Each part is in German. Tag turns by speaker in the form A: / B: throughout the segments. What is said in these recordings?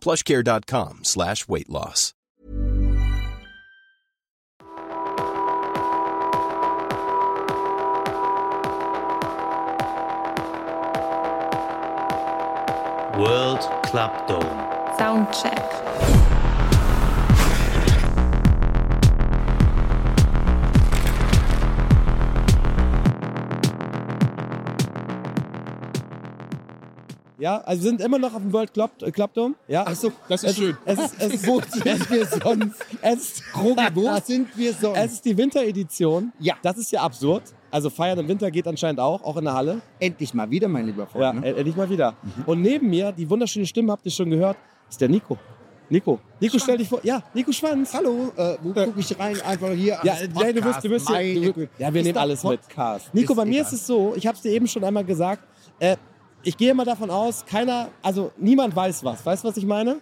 A: plushcare.com slash weight loss.
B: World Club Dome.
C: Soundcheck.
D: Ja, also wir sind immer noch auf dem World Club, äh, Club Dome. Ja.
E: Ach so, das ist
D: es,
E: schön.
D: Es ist, es ist,
E: Wo sind wir sonst?
D: es ist,
E: Krogi, wo sind wir sonst?
D: es ist die Winteredition.
E: Ja.
D: Das ist ja absurd. Also feiern im Winter geht anscheinend auch, auch in der Halle.
E: Endlich mal wieder, mein lieber Freund.
D: Ja,
E: ne?
D: äh, endlich mal wieder. Und neben mir, die wunderschöne Stimme habt ihr schon gehört, ist der Nico. Nico, Nico, stell dich vor. Ja, Nico Schwanz.
E: Hallo, äh, wo gucke ich rein? Einfach hier.
D: Ja,
E: ans
D: äh, nein, du wirst, du wirst,
E: Meine
D: du,
E: Güte.
D: ja, wir
E: Ist
D: nehmen
E: doch
D: alles mit.
E: Podcast.
D: Nico, bei mir
E: egal.
D: ist es so, ich habe es dir eben schon einmal gesagt, äh, ich gehe immer davon aus, keiner, also niemand weiß was. Weißt du, was ich meine?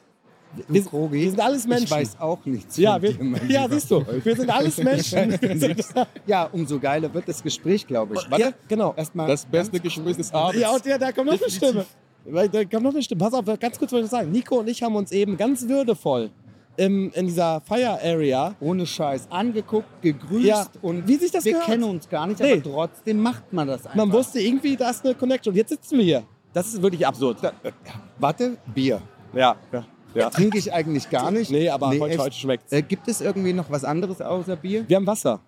D: wir-
E: du, Krogi,
D: wir sind alles Menschen.
E: Ich weiß auch nichts.
D: Ja,
E: von
D: wir,
E: dir, mein
D: ja
E: lieber
D: siehst du,
E: Freund.
D: wir sind alles Menschen. Wir sind,
E: Ja, umso geiler wird das Gespräch, glaube ich. Warte,
D: ja, genau.
E: erstmal.
F: Das beste Gespräch des Abends.
D: Ja, und ja, da kommt noch eine Stimme. Weil Da kommt noch eine Stimme. Pass auf, ganz kurz wollte ich noch sagen. Nico und ich haben uns eben ganz würdevoll im, in dieser Fire Area.
E: ohne Scheiß angeguckt, gegrüßt
D: Ja,
E: und
D: wie sich das
E: wir
D: gehört.
E: kennen uns gar nicht,
D: Nee.
E: aber trotzdem macht man das einfach.
D: Man wusste irgendwie, da ist eine Connection. Und jetzt sitzen wir hier. Das ist wirklich absurd.
E: Warte, Bier.
D: Ja, ja. ja.
E: Trinke ich eigentlich gar nicht.
D: Nee, aber heute,
E: echt.
D: heute schmeckt's.
E: Äh, gibt es irgendwie noch was anderes außer Bier?
D: Wir haben Wasser.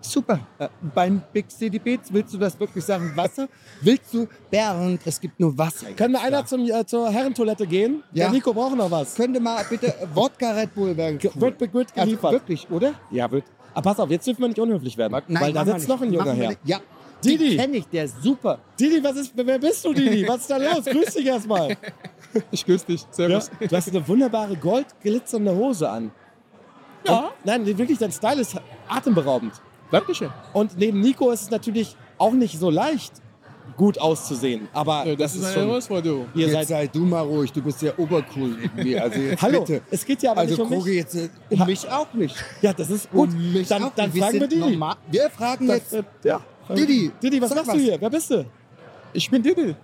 E: Super. Äh, beim Big City Beats willst du das wirklich sagen? Wasser? willst du, Bernd, es gibt nur Wasser.
D: Können wir
E: jetzt
D: einer
E: da.
D: zum, äh, zur Herrentoilette gehen?
E: Ja.
D: Der Nico braucht noch was.
E: Könnte mal bitte Wodka Red Bull werden.
D: Ge- Wird wird
E: also,
D: geliefert.
E: wirklich, oder?
D: Ja, wird. Aber pass auf, jetzt dürfen wir nicht unhöflich werden. weil da
E: machen wir
D: sitzt noch ein
E: nicht.
D: Junger
E: Machen wir
D: her.
E: nicht. Ja.
D: Didi.
E: Den kenne ich, der ist super.
D: Didi, was ist, wer bist du, Didi? Was ist da los? Grüß dich erstmal.
F: Ich grüße dich.
D: Ja,
F: Servus.
D: du hast eine wunderbare goldglitzernde Hose an. Ja. Und, nein, wirklich, dein Style ist atemberaubend.
F: Dankeschön.
D: Und neben Nico ist es natürlich auch nicht so leicht, gut auszusehen. Aber
F: Äh, Das, ist eine
D: schon,
F: Herausforderung.
D: ihr
E: Jetzt
D: seid.
E: sei du mal ruhig, du bist ja obercool irgendwie. Also jetzt
D: Hallo,
E: bitte.
D: es geht ja aber
E: Also
D: nicht um
E: Krogi
D: mich.
E: jetzt äh, um mich auch nicht.
D: Ja, das ist gut.
E: um mich
D: dann
E: auch
D: dann
E: nicht. wir
D: fragen wir
E: sind
D: Didi.
E: normal- Wir fragen
D: Dann,
E: jetzt
D: äh, ja.
E: Didi,
D: Didi, was
E: sag
D: machst
E: was.
D: du hier? Wer bist du?
F: Ich bin Didi.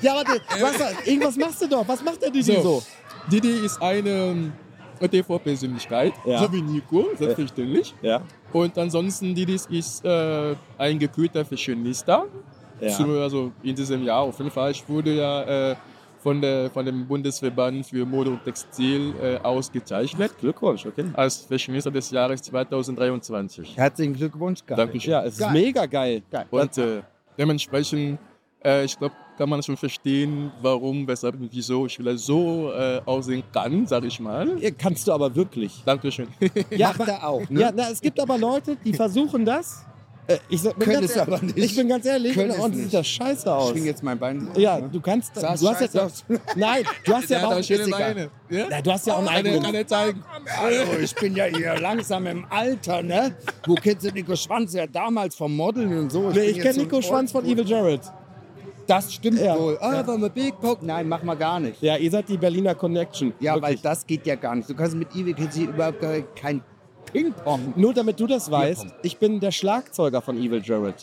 D: Ja, warte, was, irgendwas machst du doch. Was macht der Didi so?
F: Didi ist eine ähm, TV-Persönlichkeit,
D: Ja.
F: so wie Nico, selbstverständlich.
D: Ja.
F: Und ansonsten, Didi ist äh, ein gekühlter Fashionista. Zu, also in diesem Jahr auf jeden Fall. Ich wurde ja äh, von, der, von dem Bundesverband für Mode und Textil äh, ausgezeichnet
D: Glückwunsch, okay.
F: als Fashionista des Jahres 2023.
E: Herzlichen Glückwunsch, Karl.
F: Dankeschön.
D: Ja, es ist
E: Geil.
D: mega geil.
E: Geil.
F: Und äh, dementsprechend, äh, ich glaube, kann man schon verstehen, warum, weshalb und wieso ich vielleicht so äh, aussehen kann, sag ich mal.
D: Ja, Kannst du aber wirklich.
F: Dankeschön.
D: Ja,
E: Macht er auch, ne?
D: Ja, na, es gibt aber Leute, die versuchen das. Äh, Ich sag- bin
E: Können
D: ganz
E: es
D: ehrlich,
E: aber nicht.
D: Ich bin ganz ehrlich,
E: Können es
D: und sieht
E: nicht.
D: das scheiße aus.
E: Ich schwing jetzt mein Bein. ne?
D: Ja, du kannst. Du
E: Sah's
D: hast jetzt
E: scheiße
D: auch, Nein, du hast ja,
F: Der hat
D: auch.
F: auch schöne
D: ist egal.
F: Beine. Ja?
D: Na, du hast ja auch einen
F: Eine kann
D: eigenen.
F: er zeigen.
E: Hallo, Also, ich bin ja hier langsam im Alter, ne? Wo kennst du Nico Schwanz? Ja, damals vom Modeln und so.
D: Nee,
E: bin
D: ich
E: jetzt
D: kenne
E: so
D: Nico
E: ein
D: Schwanz von
E: Old-
D: Evil Jared.
E: Das stimmt
D: Ja.
E: wohl. Aber mit Big Pop. Nein, mach mal gar nicht.
D: Ja, ihr seid die Berliner Connection.
E: Ja,
D: wirklich.
E: weil das geht ja gar nicht. Du kannst mit Evil Kids hier überhaupt gar kein Ping-Pong.
D: Nur damit du das weißt, ich bin der Schlagzeuger von Evil Jared.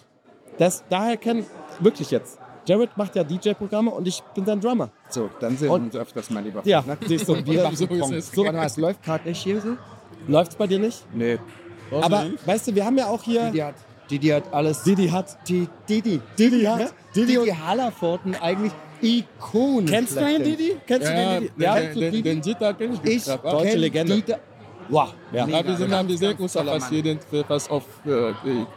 D: Das, daher kennt. Wirklich jetzt. Jared macht ja DJ-Programme und ich bin sein Drummer.
E: So, dann sehen wir uns öfters mal lieber.
D: Ja,
E: Ne?
D: siehst du.
E: Wir machen
F: So ist
E: Pong.
F: es.
E: Warte mal, es läuft gerade echt hier so?
D: Läuft's bei dir nicht?
E: Nee.
D: Aber weißt du, wir haben ja auch
E: Didi
D: hier.
E: hat, Didi hat alles.
D: Didi hat.
E: Didi. Didi,
D: Didi hat-
E: Ne?
D: Didi
E: Didi,
D: und-
E: Hallerforten eigentlich Ikone.
D: Kennst du ihn,
E: schlechthin.
D: Didi? Kennst du
F: Ja,
D: den Didi? Ja,
F: den, den, den Dieter kenne ich.
E: Ich
F: Ja,
D: Deutsche
E: kenn
D: Legende.
E: Dieter-
D: Wow. Ja. also
F: Ja, wir sind
E: Ganz,
F: haben wir sehr
E: ganz
F: groß
E: toller
F: fast
E: Mann.
F: jeden, fast auf äh,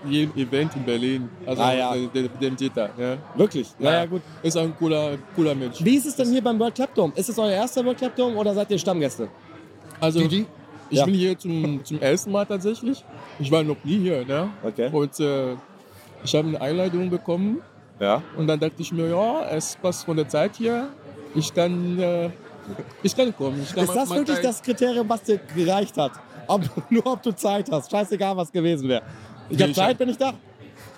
F: jedem Event in Berlin. Also
D: Ah, ja.
F: äh, dem, dem Dieter. Ja.
D: Wirklich? Ja, ja,
F: Ja.
D: gut.
F: Ist ein cooler, cooler Mensch.
D: Wie ist es denn hier beim World Club Dome? Ist es euer erster World Club Dome oder seid ihr Stammgäste?
F: Also,
E: Didi?
F: ich
D: Ja.
F: bin hier zum, zum ersten Mal tatsächlich. Ich war noch nie hier. Ne?
D: Okay.
F: Und äh, ich habe eine Einladung bekommen.
D: Ja.
F: Und dann dachte ich mir, ja, es passt von der Zeit hier. Ich kann äh, Ich kann kommen. Ich kann
D: Ist das
F: mal- mal
D: wirklich
F: gleich-
D: das Kriterium, was dir gereicht hat? Ob, nur ob du Zeit hast. Scheißegal, was gewesen wäre. Ich habe
F: Ich
D: Zeit,
F: hab-
D: bin ich da.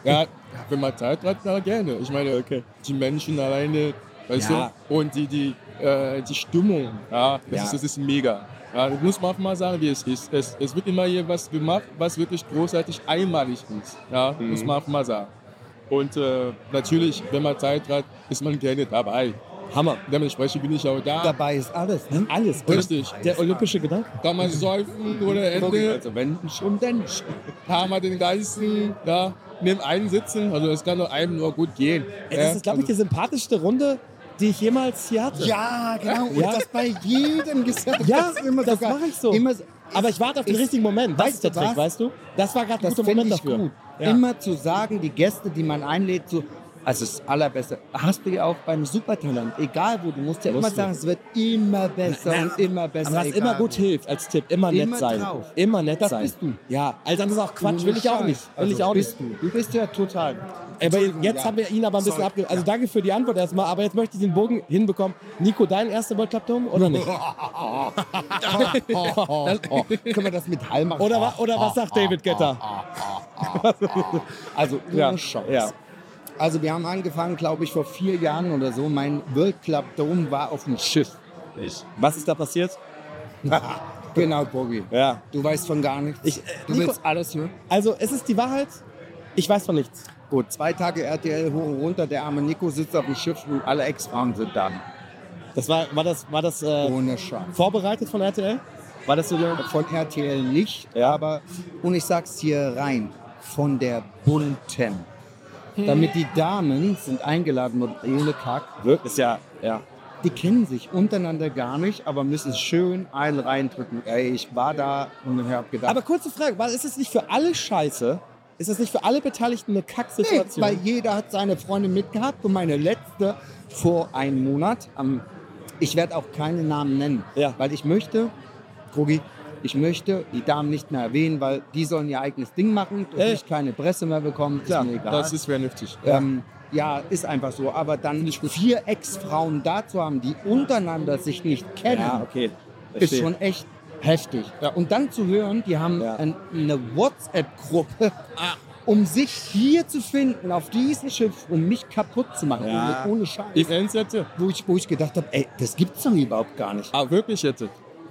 F: Ja, wenn man Zeit hat, dann gerne. Ich meine,
D: Okay.
F: die Menschen alleine, weißt
D: Ja.
F: du, und die, die, äh, die Stimmung, ja, das,
D: Ja.
F: Ist, das ist mega. Ja, das muss man auch mal sagen, wie es ist. Es, es wird immer hier was gemacht, was wirklich großartig einmalig ist. Ja,
D: Mhm.
F: muss man auch mal sagen. Und äh, natürlich, wenn man Zeit hat, ist man gerne dabei.
D: Hammer.
F: Dementsprechend bin ich auch
D: Ah.
F: da.
E: Dabei ist alles, ne?
D: Alles.
F: Richtig.
D: Der olympische Gedanke.
F: Kann man säufen oder
D: Also
F: Ende.
E: wenn schon, denn
F: Haben wir den Geisten, ja, neben einen sitzen. Also es kann nur einem nur gut gehen.
D: Ey, das ist,
F: also
D: glaube ich, die sympathischste Runde, die ich jemals hier hatte.
E: Ja, genau. Und
D: Ja.
E: das bei jedem gesagt.
D: Ja,
E: ist immer
D: das
E: sogar-
D: mache ich so.
E: Immer, so-
D: Aber ich warte auf den
E: Ist-
D: richtigen Moment. Das
E: Weißt
D: ist der
E: du
D: Trick,
E: was?
D: weißt du? Das war gerade ein
E: das
D: guter
E: finde
D: Moment
E: ich
D: dafür.
E: gut.
D: Ja.
E: Immer zu sagen, die Gäste, die man einlädt, so, also das Allerbeste hast du ja auch beim Supertalent. Egal wo, du musst ja immer
D: du.
E: sagen, es wird immer besser und immer besser.
D: Aber was
E: egal
D: immer gut
E: wo.
D: hilft als Tipp, immer nett
E: Immer
D: sein.
E: drauf.
D: Immer nett
E: Das
D: sein.
E: bist du.
D: Ja, also das ist auch Quatsch, will ich auch nicht. Will
E: Also
D: ich auch nicht.
E: bist Du. du bist ja total.
D: Aber
E: Entschuldigung,
D: jetzt
E: ja.
D: haben wir ihn aber ein bisschen
E: Sorry,
D: abge... Also danke für die Antwort erstmal, aber jetzt möchte ich den Bogen hinbekommen. Nico, dein erster World Club Dome oder nicht?
E: Das, können wir das mit Hall machen?
D: Oh,
E: Oh,
D: Oder, wa- oder was sagt David Getter?
E: Also,
D: Ja,
E: ja, Chance.
D: ja.
E: Also, wir haben angefangen, glaube ich, vor vier Jahren oder so. Mein World Club Dome war auf dem Schiff.
D: Was ist da passiert?
E: Genau, Bogi.
D: Ja.
E: Du weißt von gar nichts.
D: Ich, äh,
E: du
D: Nico-
E: willst alles hören.
D: Also es ist die Wahrheit, ich weiß von nichts.
E: Gut, zwei Tage RTL hoch und runter. Der arme Nico sitzt auf dem Schiff und alle Ex-Frauen sind da.
D: Das war, war das, war das äh,
E: Ohne Scheiß.
D: vorbereitet von RTL? War das so der...
E: Von RTL nicht,
D: Ja.
E: aber, und ich sag's hier rein, von der bunten.
D: Hm.
E: Damit die Damen sind eingeladen worden, Ele Kack,
D: Wirklich? Ist ja, ja.
E: Die kennen sich untereinander gar nicht, aber müssen schön einen reindrücken. Ey, ich war da und hab gedacht,
D: Aber kurze Frage, war- ist es nicht für alle scheiße? Ist das nicht für alle Beteiligten eine
E: nee,
D: Kacksituation?
E: weil jeder hat seine Freundin mitgehabt und meine letzte vor einem Monat. Am, ich werde auch keine Namen nennen,
D: Ja.
E: weil ich möchte, Krogi, ich möchte die Damen nicht mehr erwähnen, weil die sollen ihr eigenes Ding machen, dass
D: Ey.
E: ich keine Presse mehr bekommen.
D: Klar,
E: ist mir egal.
F: Das ist vernünftig.
E: Ähm, ja, ist einfach so. Aber dann vier Ex-Frauen da zu haben, die untereinander sich nicht kennen,
D: ja, okay.
E: ist
D: Verstehe.
E: schon echt heftig. Und dann zu hören, die haben
D: Ja. Ah.
E: ein, eine WhatsApp-Gruppe, um sich hier zu finden, auf diesem Schiff, um mich kaputt zu machen, Also
D: Ja.
E: ohne, ohne Scheiß.
F: Im Ernst jetzt?
E: wo, ich, wo ich gedacht habe, ey, das gibt's doch überhaupt gar nicht.
F: Ah, wirklich jetzt?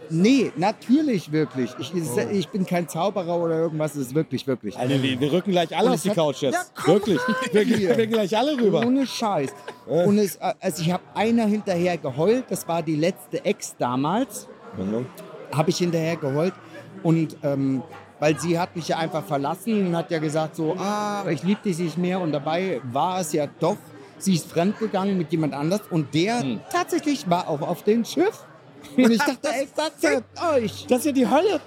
E: Nee, natürlich, wirklich. Ich, es ist- ich bin kein Zauberer oder irgendwas, es ist wirklich, wirklich.
D: Oh. Alter, wir, wir rücken gleich alle
E: Und
D: auf
E: es
D: die
E: hat-
D: Couch jetzt.
E: Ja, komm
D: Wirklich. Wir, wir rücken gleich alle rüber.
E: Ohne Scheiß. Und es, äh, also ich habe einer hinterher geheult, das war die letzte Ex damals.
D: Mhm.
E: Habe ich hinterher geheult. Und ähm, weil sie hat mich ja einfach verlassen und hat ja gesagt so, ah, ich liebe dich nicht mehr. Und dabei war es ja doch, sie ist fremdgegangen mit jemand anders. Und der
D: Mhm.
E: tatsächlich war auch auf dem Schiff. Und ich dachte, ey, fickt euch.
D: Das ist ja die Hölle.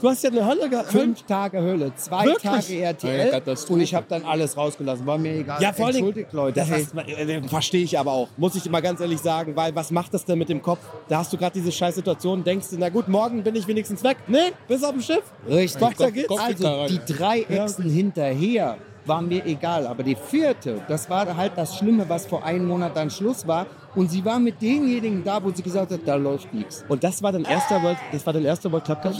D: Du hast ja eine Hölle gehabt.
E: Fünf Tage Hölle, zwei
D: Wirklich?
E: Tage
F: Eine
E: RTL
F: Katastrophe.
E: und ich habe dann alles rausgelassen. War mir egal.
D: Ja, vor allem-
E: Entschuldigt, Leute.
D: Das
E: ey.
D: ist- äh, verstehe ich aber auch, muss ich immer ganz ehrlich sagen, weil was macht das denn mit dem Kopf? Da hast du gerade diese scheiß Situation, denkst du, na gut, morgen bin ich wenigstens weg. Nee, bis auf dem Schiff.
E: Richtig.
D: Weiter geht's.
E: also
F: da rein.
E: die drei Echsen hinterher war mir egal, aber die vierte, das war halt das Schlimme, was vor einem Monat dann Schluss war. Und sie war mit denjenigen da, wo sie gesagt hat, da läuft nichts.
D: Und das war dein erster World, das war dein erster World Cup Cup?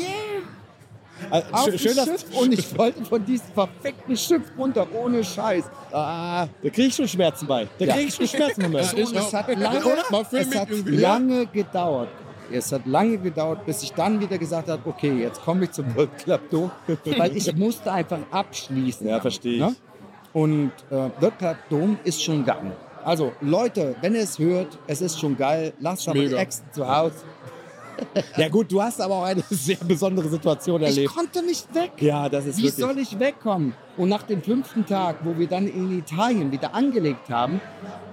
E: Auf
D: Also, schön,
E: dem
D: schön, dass,
E: Schiff und ich wollte von diesem verfickten Schiff runter, ohne Scheiß.
D: ah, da krieg ich schon Schmerzen bei. Da
E: Ja.
D: krieg ich schon Schmerzen bei mir.
E: Und es hat lange,
F: Man fühlt
E: es
F: mich
E: hat
F: irgendwie. Ja.
E: lange gedauert. Es hat lange gedauert, bis ich dann wieder gesagt habe, okay, jetzt komme ich zum World Club Dome, weil ich musste einfach abschließen. Ne?
D: Ja, verstehe ich.
E: Und äh, World Club Dome ist schon geil. Also Leute, wenn ihr es hört, es ist schon geil. Lasst aber die
F: Mega.
E: Äxte zu Hause.
D: Ja gut, du hast aber auch eine sehr besondere Situation
E: Ich
D: erlebt.
E: konnte nicht weg.
D: Ja, das ist
E: Wie
D: wirklich.
E: soll ich wegkommen? Und nach dem fünften Tag, wo wir dann in Italien wieder angelegt haben,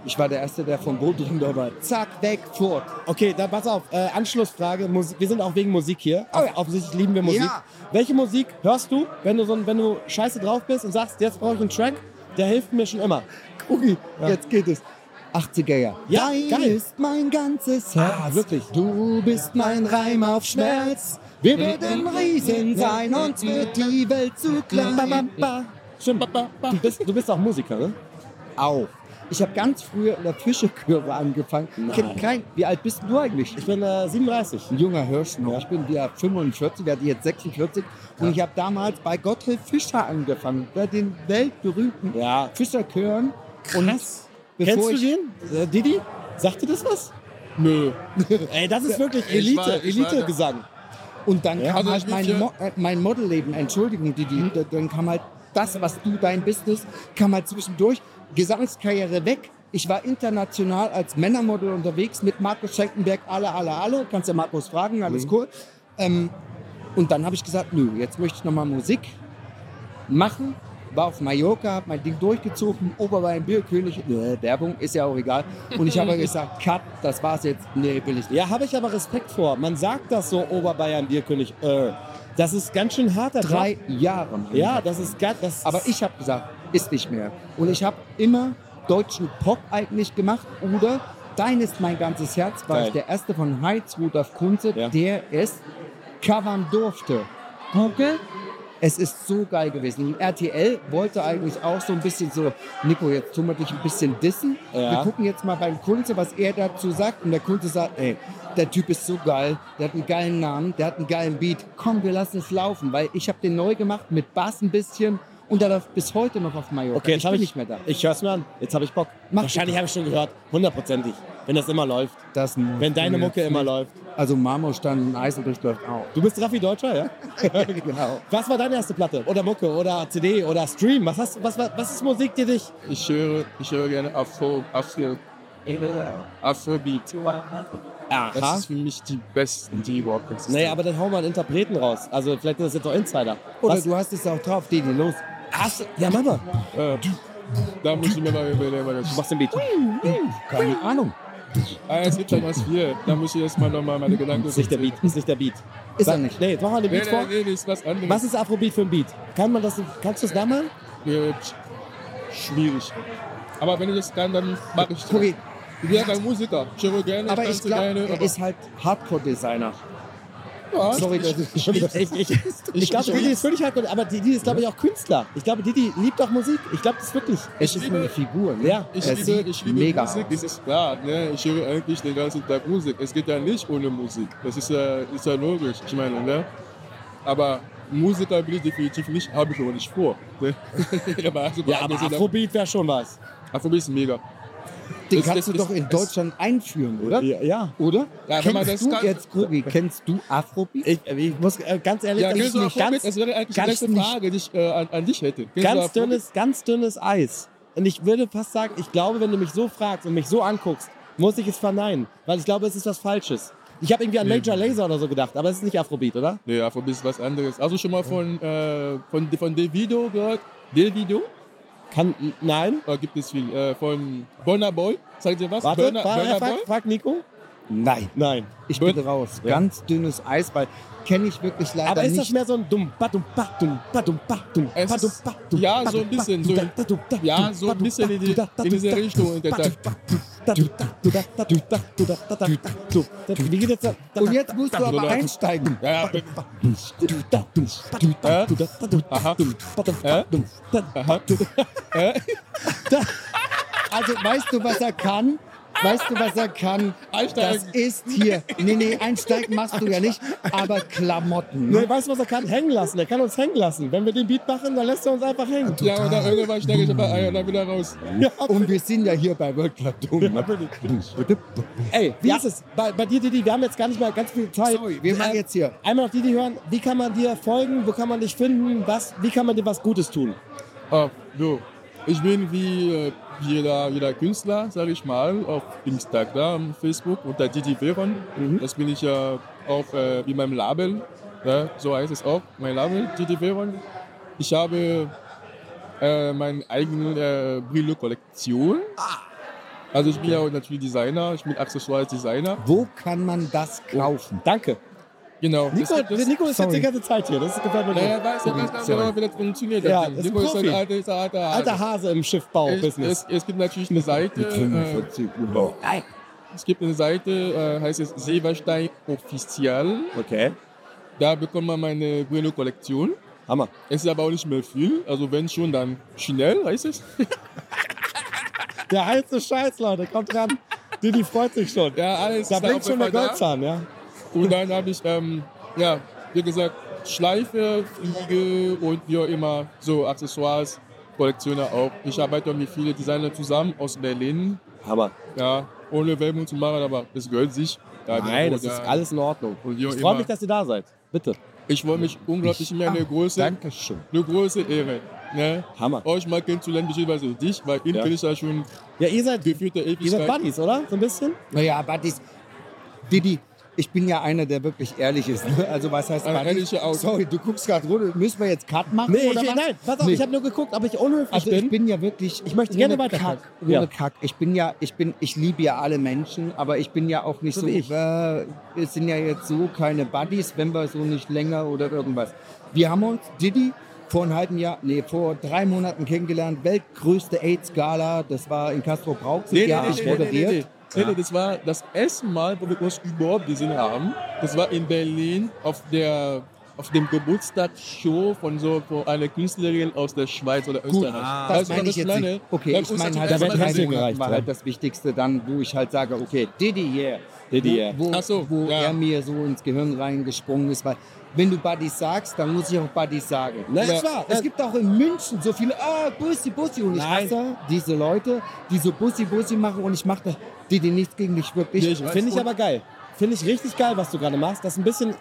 E: ich war der Erste, der vom Boot drin war. Zack, weg, fort.
D: Okay, dann pass auf. Äh, Anschlussfrage. Mus wir sind auch wegen Musik hier. Auf- Offensichtlich lieben wir Musik.
E: Oh Ja.
D: Welche Musik hörst du, wenn du, so, ein- wenn du scheiße drauf bist und sagst, jetzt brauche ich einen Track? Der hilft mir schon immer.
E: Gucki, jetzt geht es. 80er Jahre.
D: Ja,
E: Dein
D: geil.
E: ist mein ganzes Herz.
D: Ah, wirklich?
E: Du bist mein Reim auf Schmerz. Wir werden Riesen sein, uns wird die Welt zu klein.
D: Stimmt. Du bist, du bist auch Musiker, ne?
E: Auch. Ich habe ganz früh in der Fischekürbe angefangen. Ich hab
D: Nein.
E: kein, wie alt bist denn du eigentlich?
D: Ich bin äh, 37.
E: ein junger Hirsch noch. Ich bin ja 45, werde jetzt 46. Und ich habe damals bei Gotthelf Fischer angefangen, bei den weltberühmten
D: Ja.
E: Fischerchören.
D: Krass.
E: Und
D: Kennst
E: bevor
D: du
E: ich,
D: den? Äh, Didi? Sagt dir das was?
F: Nö.
D: Ey, das ist wirklich
F: Ich
D: Elite,
F: war- ich war da.
D: Elite-Gesang.
E: Und dann kam
F: also
E: halt
F: ich
E: mein,
F: bin
E: Mo äh, mein Modelleben, Entschuldigung, Didi, da- dann kam halt das, was du, dein Business, kam halt zwischendurch, Gesangskarriere weg. Ich war international als Männermodel unterwegs mit Markus Schenkenberg, alle, alle, alle. Kannst ja Markus fragen, alles cool. Ähm, und dann habe ich gesagt, nö, jetzt möchte ich nochmal Musik machen. War auf Mallorca, hab mein Ding durchgezogen, Oberbayern Bierkönig, äh, Werbung, ist ja auch egal. Und ich habe gesagt, cut, das war's jetzt. Nee, will ich nicht.
D: Ja, habe ich aber Respekt vor. Man sagt das so, Oberbayern, Bierkönig. Äh, das ist ganz schön harter
E: Drei
D: Job.
E: Jahre. Mann.
D: Ja, das ist ganz... Das ist-
E: Aber ich habe gesagt, ist nicht mehr. Und ich habe immer deutschen Pop eigentlich gemacht oder Dein ist mein ganzes Herz, war
D: Geil.
E: ich der erste von Heinz Rudolf Kunze,
D: Ja.
E: der es covern durfte. Okay? Es ist so geil gewesen. Und RTL wollte eigentlich auch so ein bisschen so, Nico, jetzt tun wir dich ein bisschen dissen.
D: Ja.
E: Wir gucken jetzt mal beim Kunze, was er dazu sagt. Und der Kunze sagt, ey, der Typ ist so geil, der hat einen geilen Namen, der hat einen geilen Beat. Komm, wir lassen es laufen, weil ich habe den neu gemacht mit Bass ein bisschen und der läuft bis heute noch auf Mallorca.
D: Okay, jetzt
E: ich
D: habe
E: bin
D: ich
E: nicht mehr da.
D: Ich höre es mir an. Jetzt habe ich Bock.
E: Mach
D: Wahrscheinlich habe ich schon gehört. Hundertprozentig. Wenn das immer läuft.
E: Das
D: Wenn deine Mucke immer läuft.
E: Also Marmorstein und Eisenbrich läuft auch.
D: Du bist Raffi Deutscher, ja?
E: genau.
D: Was war deine erste Platte? Oder Mucke? Oder CD? Oder Stream? Was, hast, was, was, was ist Musik, die dich...
F: Ich höre, ich höre gerne Afro, Afro, Afrobeat. Das
D: Aha.
F: ist für mich die besten D-Walkers.
D: Naja, aber dann hau mal einen Interpreten raus. Also vielleicht ist das jetzt auch Insider.
E: Oder
D: Was-
E: du hast es auch drauf, Didi, los.
D: Hast du- Ja, Mama.
F: Äh, da muss ich mir mal überlegen, was
D: Du
F: ich mache.
D: machst den Beat.
E: Hm, Keine Ahnung.
F: Ah, es gibt ja was hier. Da muss ich jetzt mal nochmal meine Gedanken
D: Ist nicht der Beat. Ist nicht der Beat.
E: Ist
D: Sag-
E: er nicht.
D: Nee, jetzt mach mal den
F: Nee,
D: Beat vor.
F: nee, nee, das ist was anderes.
D: Was ist Afrobeat für ein Beat? Kann man das, kannst du das da mal?
F: Äh, sch- schwierig. Aber wenn ich das kann, dann mache ich das.
E: Gucki,
F: Ich bin ja kein Musiker. Ich höre gerne,
E: aber ich
F: tanze
E: glaube,
F: gerne.
E: er
F: aber-
E: ist halt Hardcore-Designer.
F: ja,
E: Sorry, das ist
D: Ich, ich, ich, ich glaube, Didi ist völlig hardcore, aber Didi ist, glaube ich, auch Künstler. Ich glaube, Didi liebt auch Musik. Ich glaube, das wirklich.
E: Es ist eine Figur, ne?
D: Ja.
F: Ich
E: Er ist
F: liebe, ich liebe
E: mega.
F: Musik, das ist klar. Ne? Ich höre eigentlich den ganzen Tag Musik. Es geht ja nicht ohne Musik. Das ist ja, ist ja logisch, ich meine. Ne? Aber Musiker bin ich definitiv nicht, habe ich auch nicht vor. Ne? aber also,
D: Ja, aber
F: also,
D: Afrobeat wäre schon was.
F: Afrobeat ist mega.
E: Den
F: Es-
E: kannst
F: es-
E: du
F: es-
E: doch in
F: es-
E: Deutschland einführen, oder?
D: Ja. ja.
E: Oder?
F: Ja, wenn man das
E: kennst du
F: kann-
E: jetzt, Gugi, kennst du Afrobeat?
D: Ich, ich muss äh, ganz ehrlich,
F: Ja,
D: das
F: kennst
D: ist
F: du
D: nicht
F: Afrobeat? Das
D: ganz,
F: wäre eigentlich die
D: ganz
F: nächste
D: nicht-
F: Frage, die ich äh, an, an dich hätte. Kennst du
D: ganz,
F: Afrobeat?
D: dünnes, ganz dünnes Eis. Und ich würde fast sagen, ich glaube, wenn du mich so fragst und mich so anguckst, muss ich es verneinen. Weil ich glaube, es ist was Falsches. Ich habe irgendwie an Major Laser oder so gedacht, aber es ist nicht Afrobeat, oder?
F: Nee, Afrobeat ist was anderes. Also schon mal von, äh, von, von Davido gehört? Davido?
D: Kann, nein?
F: Da gibt es viel. Äh, von Burner Boy? Sagt ihr was?
D: Warte,
F: Burna-
D: fra-
F: Burna
D: frag, frag Nico.
E: Nein.
D: Nein.
E: Ich bin raus. Ganz dünnes Eis, weil kenne ich wirklich leider
D: Aber ist das
E: nicht.
D: mehr so ein dumm, ba dumm, ba dumm, ba dumm, ba dumm,
F: Es
D: ba dumm,
F: ist-
D: ba dumm,
F: ja,
D: ba
F: so ein
D: dumm, ba
F: bisschen,
D: dumm,
F: so-
D: da, da, dumm, da,
F: ja,
D: dumm,
F: so
D: ba
F: ein
D: dumm,
F: bisschen
D: da,
F: in die-
D: da, da,
F: in diese
D: da,
F: Richtung,
D: da,
F: der
D: da,
F: Takt.
D: da, da, da, da, da, da, da, da, da, da, da, so. Das- Wie geht jetzt? da- da,
E: Und jetzt musst du aber
F: Oder-
E: einsteigen.
F: Ja, ja. Äh? Aha. Äh? Aha.
E: Also weißt du, was er kann? Weißt du, was er kann?
F: Einsteigen.
E: Das ist hier. Nee, nee, einsteigen machst du ja nicht, aber Klamotten.
D: Nee,
E: Ne?
D: weißt du, was er kann? Hängen lassen. Er kann uns hängen lassen. Wenn wir den Beat machen, dann lässt er uns einfach hängen.
F: Ja, und dann irgendwann stecke ich aber ein und dann wieder raus.
D: Ja,
E: Und wir sind ja hier bei World Club Doom. ne?
D: Ey, wie ist es? Bei, bei dir, Didi, wir haben jetzt gar nicht mehr ganz viel Zeit. Äh,
E: Sorry, wir machen jetzt hier.
D: Einmal noch Didi hören, wie kann man dir folgen, wo kann man dich finden, was, wie kann man dir was Gutes tun?
F: Ah, so. Ich bin wie äh, jeder, jeder Künstler, sage ich mal, auf Instagram, Facebook unter Didi Veron. Das bin ich ja auch äh, wie meinem Label. Ja, so heißt es auch, mein Label, Didi Veron. Ich habe äh, meine eigene äh, Brille-Kollektion. Also ich bin ja auch natürlich Designer, ich bin Accessoires-Designer.
E: Wo kann man das kaufen?
D: Danke.
F: Genau.
D: Nico,
F: das gibt es-
D: Nico ist jetzt
E: sorry.
D: die ganze Zeit hier. Das gefällt mir
F: Ja,
D: nicht.
F: er weiß ja ganz genau, wie das funktioniert.
D: Ja,
F: Das Ding.
D: das ist ein
F: Nico ist ein
D: Profi.
F: alter, ist ein alter Hase.
D: Alter Hase im Schiffbau-Business.
F: Es, es, es gibt natürlich eine Seite, äh, es gibt eine Seite, äh, heißt es Silberstein Official.
D: Okay.
F: Da bekommt man meine Brillo-Kollektion.
D: Hammer.
F: Es ist aber auch nicht mehr viel, also wenn schon, dann schnell, heißt es.
D: Der heiße Scheiß, Leute, kommt ran. Didi freut sich schon.
F: Ja, alles
D: Da
F: ist
D: blinkt
F: auf
D: schon
F: jeden
D: der
F: Fall da.
D: Goldzahn, ja.
F: Und dann habe ich, ähm, ja, wie gesagt, Schleife, Fliege und wie auch immer, so Accessoires, Kollektionen auch. Ich arbeite mit vielen Designern zusammen aus Berlin,
D: Hammer.
F: ja, ohne Werbung zu machen, aber es gehört sich. Ja,
D: Nein,
F: und,
D: das ist
F: ja,
D: alles in Ordnung.
F: Und wie auch
D: Ich freue
F: immer.
D: mich, dass ihr da seid. Bitte.
F: Ich freue mich unglaublich mehr
E: ah,
F: eine große,
D: Dankeschön.
F: eine große Ehre. Ne?
D: Hammer.
F: Euch mal kennenzulernen, beziehungsweise dich, weil ihn
D: Ja.
F: kenne ich ja schon
D: Ja, ihr seid, ihr
F: gefühlte
D: seid
F: Ewigkeit.
D: Buddies, oder? So ein bisschen?
E: Naja, Buddies. Didi, ich bin ja einer, der wirklich ehrlich ist. ne? Also was heißt
F: Ein
E: Buddies?
F: ehrlicher Autor.
E: Sorry, du guckst gerade runter. Müssen wir jetzt Cut machen?
D: Nee,
E: oder
D: ich,
E: was?
D: nein, pass auf,
E: Nee.
D: ich habe nur geguckt, ob ich unhöflich
E: Also
D: bin.
E: ich bin ja wirklich.
D: Ich möchte
E: nur
D: gerne
E: eine
D: weiterfahren.
E: Kack, nur
D: Ja.
E: eine Kack. Ich bin ja, ich bin, ich liebe ja alle Menschen, aber ich bin ja auch nicht
D: So
E: so.
D: wie ich.
E: äh, wir sind ja jetzt so keine Buddies, wenn wir so nicht länger oder irgendwas. Wir haben uns Didi vor einem halben Jahr, nee, vor drei Monaten kennengelernt. Weltgrößte AIDS-Gala. Das war in Castro Brauxel. ja, ich moderiert.
F: Nee, nee, das war das erste Mal, wo wir uns überhaupt gesehen haben. Das war in Berlin auf der auf dem Geburtstagsshow von so von einer Künstlerin aus der Schweiz oder Österreich.
E: Ah, Das
F: Also
E: meine ich jetzt
F: Kleine,
E: nicht. Okay,
F: wir haben
E: ich
F: uns
E: meine
F: zum
E: halt,
D: Da
E: das
F: ersten
D: wird
F: Mal
D: kein
E: drei
F: gesehen.
D: Sinn gereicht,
E: Monate war
D: ja.
E: halt das Wichtigste dann, wo ich halt sage, okay, Diddy hier.
D: Diddy hier.
E: Wo, wo,
F: Ach so,
E: wo
F: ja.
E: er mir so ins Gehirn reingesprungen ist, weil wenn du Buddies sagst, dann muss ich auch Buddies sagen.
D: Na,
E: Ja.
D: ist wahr.
E: Es gibt auch in München so viele, ah, Bussi, Bussi. Und ich
D: Nein.
E: hasse diese Leute, die so Bussi, Bussi machen und ich mache das, Diddy nichts gegen dich wirklich.
F: Nee, ich weiß.
D: Finde ich
F: Und-
D: aber geil. Finde ich richtig geil, was du gerade machst. Das ist ein bisschen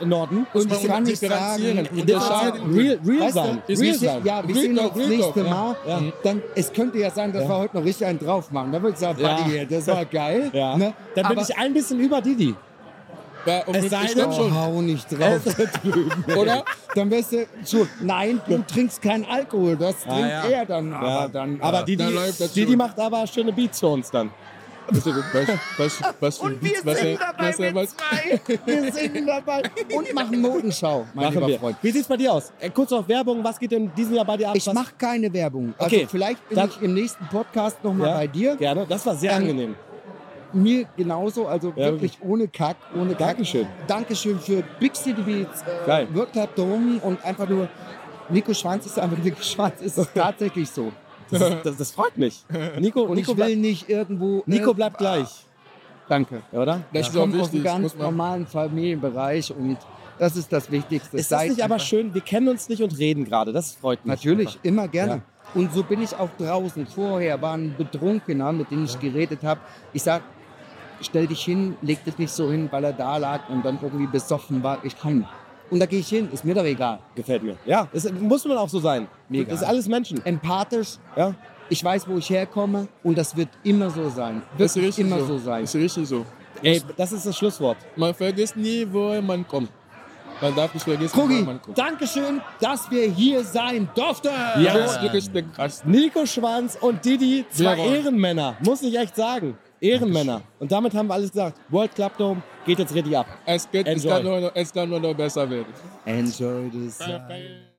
D: einordnen.
E: und ich
F: man
E: kann nicht
F: differenzieren.
E: sagen,
F: Und
E: das
F: das
E: war-
F: schadet
D: Real, real
E: Weißt du,
D: sein.
E: wir
F: Ist
D: Real
F: nicht-
E: sehen-
D: sein.
E: Ja, wir
F: Real
E: sehen
F: talk,
E: uns
F: real
E: nächste
F: talk, ja.
E: Mal. Mhm.
D: Ja.
E: Dann, es könnte ja sein, dass wir heute noch richtig einen drauf machen. Da würde ich sagen,
D: Ja.
E: Buddy, das war geil.
D: Ja.
E: Ne?
D: Dann bin
E: Aber-
D: ich ein bisschen über Didi.
F: War auf
D: Es
F: jeden Fall
D: sei
F: stimmt
D: denn-
E: Oh,
F: schon,
E: hau nicht drauf,
D: Äh.
F: oder?
E: Dann wärst du schon, nein, du trinkst keinen Alkohol, das
D: Ah,
E: trinkt
D: ja.
E: er dann. Aber
D: Ja,
E: dann,
D: aber
E: äh,
D: Didi,
F: dann läuft das
D: Didi
F: schon. Also,
D: macht aber schöne Beats für uns dann.
F: Was, was, was, für ein Witz, was, er- was, er- was,
E: wir sind dabei und machen Modenschau, mein
D: Machen
E: lieber
D: wir.
E: Freund.
D: Wie sieht's bei dir aus? Äh, Kurz auf Werbung, was geht in diesem Jahr bei dir ab?
E: Ich
D: was?
E: mache keine Werbung. Also
D: Okay,
E: vielleicht bin
D: dann-
E: ich im nächsten Podcast nochmal
D: Ja,
E: mal bei dir.
D: Gerne, das war sehr
E: Ähm,
D: angenehm.
E: Mir genauso, also wirklich ohne Kack, ohne Kack.
D: Dankeschön.
E: Dankeschön für Big City Beats,
D: Geil.
E: äh, Workout Dome und einfach nur Nico Schwanz ist einfach Nico Schwanz. Es ist tatsächlich so.
D: Das, ist- das, das freut mich. Nico,
E: Und
D: Nico,
E: ich
D: bleib,
E: will nicht irgendwo.
D: Nico
E: äh,
D: bleibt gleich,
E: Danke.
D: oder?
E: Ich
F: das ist auch
E: komme aus einem
F: wichtig.
E: ganz
F: muss man-
E: normalen Familienbereich und das ist das Wichtigste.
D: Ist das
E: Seid
D: nicht aber
E: einfach-
D: schön? Wir kennen uns nicht und reden gerade. Das freut mich.
E: Natürlich, immer gerne.
D: Ja.
E: Und so bin ich auch draußen. Vorher war ein Betrunkener, mit dem ich geredet habe. Ich sag, stell dich hin, leg dich nicht so hin, weil er da lag und dann irgendwie besoffen war. Ich komm. Und da gehe ich hin, ist mir doch egal.
D: Gefällt mir. Ja, das muss man auch so sein.
E: Mega.
D: Das ist alles Menschen.
E: Empathisch,
D: Ja.
E: ich weiß, wo ich herkomme und das wird immer so sein.
F: Das
E: Wird
F: ist richtig
E: immer
F: so.
E: so sein.
F: Das Also ist richtig so.
D: Ey, das ist das Schlusswort.
F: Man vergisst nie, woher man kommt. Man darf nicht vergessen, woher
E: Kogi,
F: man kommt.
E: Dankeschön, dass wir hier sein durften.
D: Ja.
F: Das ist wirklich der krass.
D: Nico Schwanz und Didi, zwei
F: Jawohl.
D: Ehrenmänner. Muss ich echt sagen. Ehrenmänner. Und damit haben wir alles gesagt. World Club Dome geht jetzt richtig ab.
F: Es, geht, es,
D: Enjoy.
F: kann nur, noch- es kann nur noch besser werden.
E: Enjoy the sun.
F: Bye.